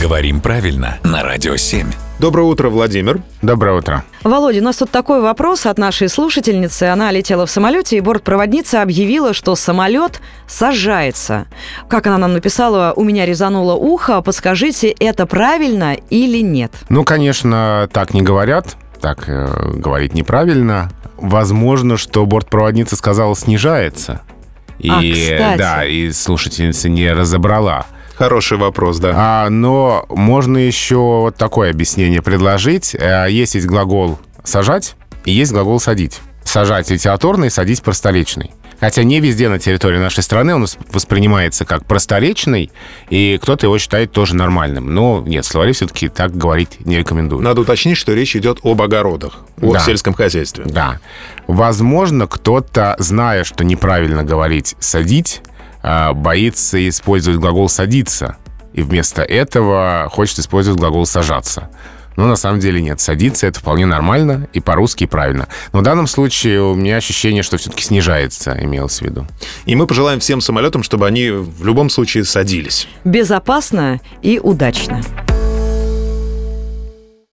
Говорим правильно на Радио 7. Доброе утро, Владимир. Доброе утро. Володя, у нас тут такой вопрос от нашей слушательницы. Она летела в самолете, и бортпроводница объявила, что самолет сажается. Как она нам написала, у меня резануло ухо, подскажите, это правильно или нет? Ну, конечно, так не говорят. Так э, говорить неправильно. Возможно, что бортпроводница сказала «снижается». И, А, кстати. да, и слушательница не разобрала. Хороший вопрос, да. А, но можно еще вот такое объяснение предложить. Э, Есть ведь глагол «сажать» и есть глагол «садить». «Сажать» литературный, «садить» просторечный. Хотя не везде на территории нашей страны он вос- воспринимается как просторечный, и кто-то его считает тоже нормальным. Но нет, словари все-таки так говорить не рекомендуют. Надо уточнить, что речь идет об огородах, о Да. сельском хозяйстве. Да. Возможно, кто-то, зная, что неправильно говорить «садить», а, боится использовать глагол «садиться». И вместо этого хочет использовать глагол «сажаться». Но на самом деле нет, садиться это вполне нормально и по-русски правильно. Но в данном случае у меня ощущение, что все-таки снижается, имелось в виду. И мы пожелаем всем самолетам, чтобы они в любом случае садились. Безопасно и удачно.